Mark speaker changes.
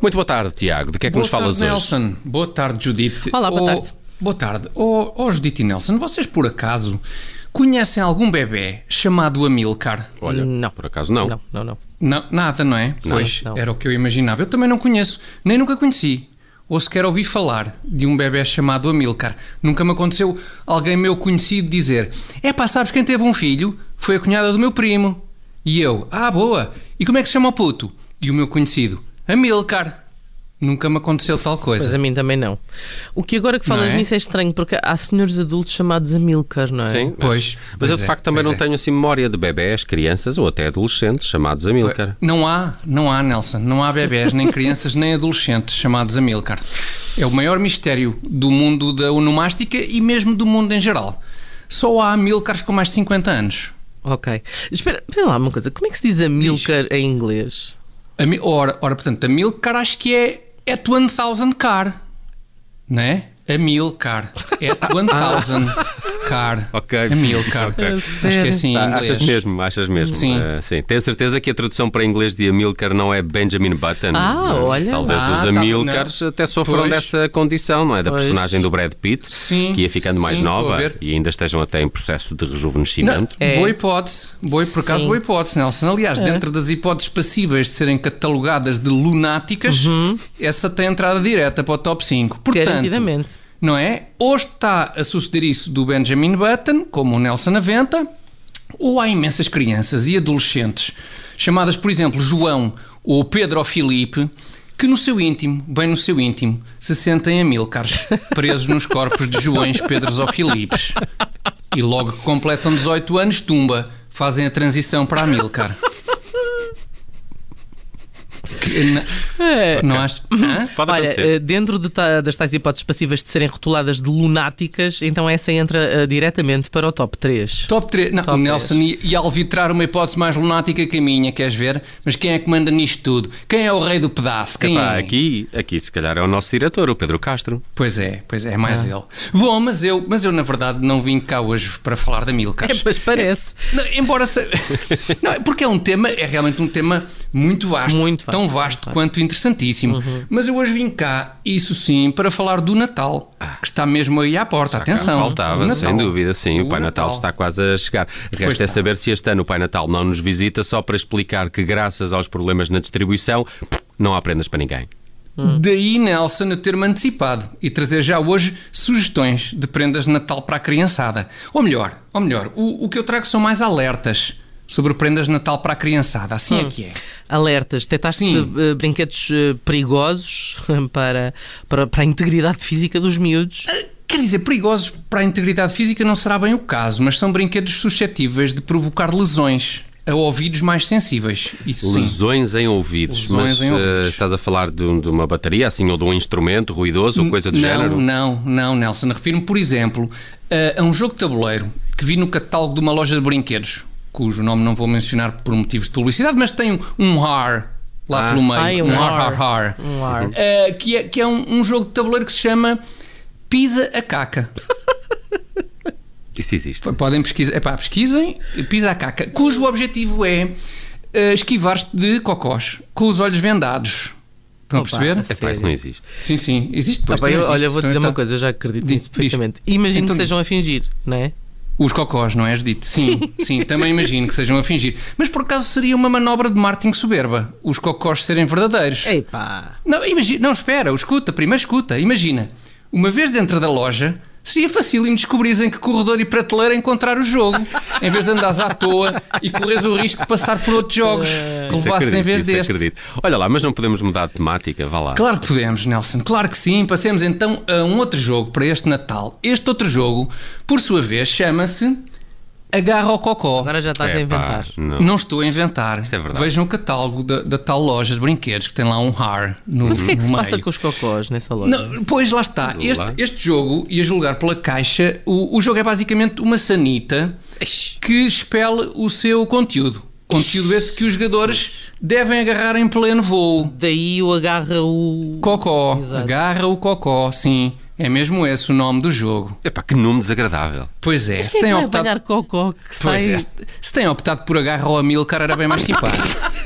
Speaker 1: Muito boa tarde, Tiago. De que é que
Speaker 2: boa
Speaker 1: nos falas
Speaker 2: tarde,
Speaker 1: hoje?
Speaker 2: Nelson. Boa tarde, Judite.
Speaker 3: Olá, boa
Speaker 2: Oh,
Speaker 3: tarde.
Speaker 2: Boa tarde. Oh, oh, Judite e Nelson, vocês por acaso conhecem algum bebê chamado Amilcar?
Speaker 1: Olha,
Speaker 3: Não.
Speaker 1: por acaso não.
Speaker 3: Não, não, não.
Speaker 2: Não, nada, não é? pois,
Speaker 3: Não.
Speaker 2: era o que eu imaginava. Eu também não conheço, nem nunca conheci. Ou sequer ouvi falar de um bebê chamado Amilcar. Nunca me aconteceu alguém meu conhecido dizer: É pá, sabes quem teve um filho? Foi a cunhada do meu primo. E eu: Ah, boa! E como é que se chama o puto? E o meu conhecido: Amilcar. Nunca me aconteceu tal
Speaker 3: Mas
Speaker 2: coisa.
Speaker 3: a mim também não. O que agora que falas
Speaker 2: é. Não é?
Speaker 3: nisso é estranho, porque há senhores adultos chamados Amilcar, não é?
Speaker 1: Sim, mas,
Speaker 2: Pois,
Speaker 1: mas
Speaker 2: pois
Speaker 1: eu de
Speaker 2: é,
Speaker 1: facto também
Speaker 2: pois
Speaker 1: não
Speaker 2: é.
Speaker 1: tenho assim memória de bebés, crianças ou até adolescentes chamados Amilcar.
Speaker 2: Não há, não há, Nelson. Não há bebés, nem crianças, nem adolescentes chamados Amilcar. É o maior mistério do mundo da onomástica e mesmo do mundo em geral. Só há Amilcars com mais de 50 anos.
Speaker 3: Ok. Espera, espera lá uma coisa. Como é que se diz Amilcar em inglês?
Speaker 2: Ami- ora, ora, portanto, Amilcar acho que é at 1000 car. Né? Amilcar. At 1000 car.
Speaker 1: Ok.
Speaker 2: Amilcar.
Speaker 1: Ok.
Speaker 2: Acho que é assim em
Speaker 1: Ah,
Speaker 2: inglês.
Speaker 1: achas mesmo, achas mesmo.
Speaker 2: Sim.
Speaker 1: Ah, sim. Tenho certeza que a tradução para inglês de Amilcar não é Benjamin Button.
Speaker 3: Ah,
Speaker 1: Mas
Speaker 3: olha.
Speaker 1: Talvez
Speaker 2: Ah,
Speaker 1: os
Speaker 2: tá-
Speaker 1: Amilcars até sofram
Speaker 2: Pois.
Speaker 1: dessa condição, não é? Da
Speaker 3: Pois.
Speaker 1: personagem do Brad Pitt,
Speaker 2: Sim,
Speaker 1: que ia ficando mais
Speaker 2: sim, estou a
Speaker 1: nova
Speaker 2: ver.
Speaker 1: e ainda estejam até em processo de
Speaker 2: Não,
Speaker 1: rejuvenescimento.
Speaker 3: É.
Speaker 2: Boa hipótese, boa, por acaso
Speaker 3: Sim. É.
Speaker 2: boa hipótese, Nelson. Aliás, dentro das hipóteses passíveis de serem catalogadas de lunáticas, essa tem entrada direta para o top 5. Portanto,
Speaker 3: Uhum. Garantidamente.
Speaker 2: não é? Ou está a suceder isso do Benjamin Button, como o Nelson Aventa, ou há imensas crianças e adolescentes, chamadas, por exemplo, João ou Pedro ou Filipe, que no seu íntimo, bem no seu íntimo, se sentem amilcares, presos nos corpos de Joões, Pedros ou Filipes. E logo que completam 18 anos, tumba, fazem a transição para Amilcar. Que, na- Não acho. Hã?
Speaker 1: Pode
Speaker 3: Olha,
Speaker 1: acontecer.
Speaker 3: eh, dentro de ta- das tais hipóteses passivas de serem rotuladas de lunáticas, então essa entra eh, diretamente para o top 3.
Speaker 2: Top 3. Não,
Speaker 3: Top
Speaker 2: o Nelson ia, ia alvitrar uma hipótese mais lunática que a minha, queres ver? Mas quem é que manda nisto tudo? Quem é o rei do pedaço? Quem
Speaker 1: Epá,
Speaker 2: é?
Speaker 1: aqui, aqui se calhar é o nosso diretor, o Pedro Castro.
Speaker 2: Pois é, pois é, é mais ele. Bom, mas eu, mas eu na verdade não vim cá hoje para falar da Milcar.
Speaker 3: É, mas parece.
Speaker 2: Não, embora se... não, é porque é um tema, é realmente um tema muito vasto,
Speaker 3: Muito vasto,
Speaker 2: tão
Speaker 3: muito
Speaker 2: vasto
Speaker 3: vasto.
Speaker 2: quanto interessantíssimo. Mas eu hoje vim cá, isso sim, para falar do Natal, que está mesmo aí à porta.
Speaker 1: Cá
Speaker 2: Atenção, o
Speaker 1: Faltava,
Speaker 2: Natal.
Speaker 1: sem dúvida, sim. O, Pai Natal. está quase a chegar. Resta é
Speaker 2: está.
Speaker 1: saber se este ano o Pai Natal não nos visita, só para explicar que, graças aos problemas na distribuição, não há prendas para ninguém.
Speaker 2: Daí Nelson a ter-me antecipado e trazer já hoje sugestões de prendas de Natal para a criançada. Ou melhor, ou melhor, o, o que eu trago são mais alertas sobre prendas de Natal para a criançada. Assim é que é.
Speaker 3: Alertas, detectaste
Speaker 2: Sim.
Speaker 3: eh, brinquedos eh, perigosos para, para, para a integridade física dos miúdos.
Speaker 2: Ah, Quer dizer, perigosos para a integridade física não será bem o caso, mas são brinquedos suscetíveis de provocar lesões a ouvidos mais sensíveis. Isso sim.
Speaker 1: Lesões em ouvidos.
Speaker 2: Lesões
Speaker 1: mas
Speaker 2: em
Speaker 1: eh,
Speaker 2: ouvidos.
Speaker 1: estás a falar de, um- de uma bateria, assim, ou de um instrumento ruidoso ou coisa do
Speaker 2: não,
Speaker 1: género?
Speaker 2: Não, não, Nelson. Refiro-me, por exemplo, a- a um jogo de tabuleiro que vi no catálogo de uma loja de brinquedos, cujo nome não vou mencionar por motivos de publicidade, mas tem um, um har lá
Speaker 1: Ah.
Speaker 2: pelo meio.
Speaker 3: Ai, um
Speaker 2: har,
Speaker 3: har.
Speaker 2: har, har.
Speaker 3: Um ar.
Speaker 2: Uh, que é, que é um, um jogo de tabuleiro que se chama Pisa a Caca.
Speaker 1: Isso existe.
Speaker 2: P- Podem pesquisar. Epá, pesquisem Pisa a Caca, cujo objetivo é uh, esquivar-se de cocós com os olhos vendados. Estão a
Speaker 3: Opa,
Speaker 2: perceber?
Speaker 3: assim.
Speaker 1: Epá, É isso
Speaker 3: sério?
Speaker 1: não existe.
Speaker 2: Sim, sim. Existe
Speaker 3: Ah,
Speaker 2: depois.
Speaker 3: pá,
Speaker 2: também
Speaker 3: eu-
Speaker 2: existe.
Speaker 3: olha, eu vou
Speaker 2: Também
Speaker 3: diz, dizer
Speaker 2: tá.
Speaker 3: uma coisa, eu já acredito
Speaker 2: Diz,
Speaker 3: nisso perfeitamente.
Speaker 2: diz.
Speaker 3: Imagino
Speaker 2: Então
Speaker 3: que
Speaker 2: diz.
Speaker 3: sejam a fingir, não é?
Speaker 2: Os cocós, não é, Judite? Sim, sim, também imagino que sejam a fingir. Mas por acaso seria uma manobra de marketing soberba, os cocós serem verdadeiros.
Speaker 3: É. Epá!
Speaker 2: Não, imagina, não, espera, escuta, primeiro escuta, imagina. Uma vez dentro da loja, seria fácil em descobrires em que corredor e prateleira encontrar o jogo, em vez de andares à toa e corres o risco de passar por outros jogos que
Speaker 1: Isso
Speaker 2: levassem em
Speaker 1: acredito,
Speaker 2: vez
Speaker 1: isso
Speaker 2: deste.
Speaker 1: acredito. Olha lá, mas não podemos mudar de temática, vá lá.
Speaker 2: Claro que podemos, Nelson. Claro que sim. Passemos então a um outro jogo para este Natal. Este outro jogo, por sua vez, chama-se Agarra ao Cocó.
Speaker 3: Agora já estás
Speaker 1: Epá,
Speaker 3: a inventar.
Speaker 1: É não.
Speaker 2: Não estou a inventar.
Speaker 1: Isto é verdade.
Speaker 2: Vejam o catálogo da, da tal loja de brinquedos que tem lá um har no
Speaker 3: Mas o que é que
Speaker 2: no
Speaker 3: se passa
Speaker 2: meio.
Speaker 3: com os cocós nessa loja?
Speaker 2: Não, pois lá está.
Speaker 1: Vamos
Speaker 2: Este,
Speaker 1: lá.
Speaker 2: este jogo, e a julgar pela caixa, o, o jogo é basicamente uma sanita que expele o seu conteúdo. Conteúdo esse que os jogadores devem agarrar em pleno voo.
Speaker 3: Daí o agarra o.
Speaker 2: Cocó,
Speaker 3: Exato.
Speaker 2: agarra o cocó, sim. É mesmo esse o nome do jogo.
Speaker 1: Epá, É que nome desagradável.
Speaker 2: Pois é,
Speaker 3: Mas
Speaker 2: se
Speaker 3: quem é
Speaker 2: tem
Speaker 3: que vai
Speaker 2: optado.
Speaker 3: apanhar cocó que
Speaker 2: Pois
Speaker 3: sai...
Speaker 2: é, se se tem optado por agarra ao Amilcar era bem mais simpático.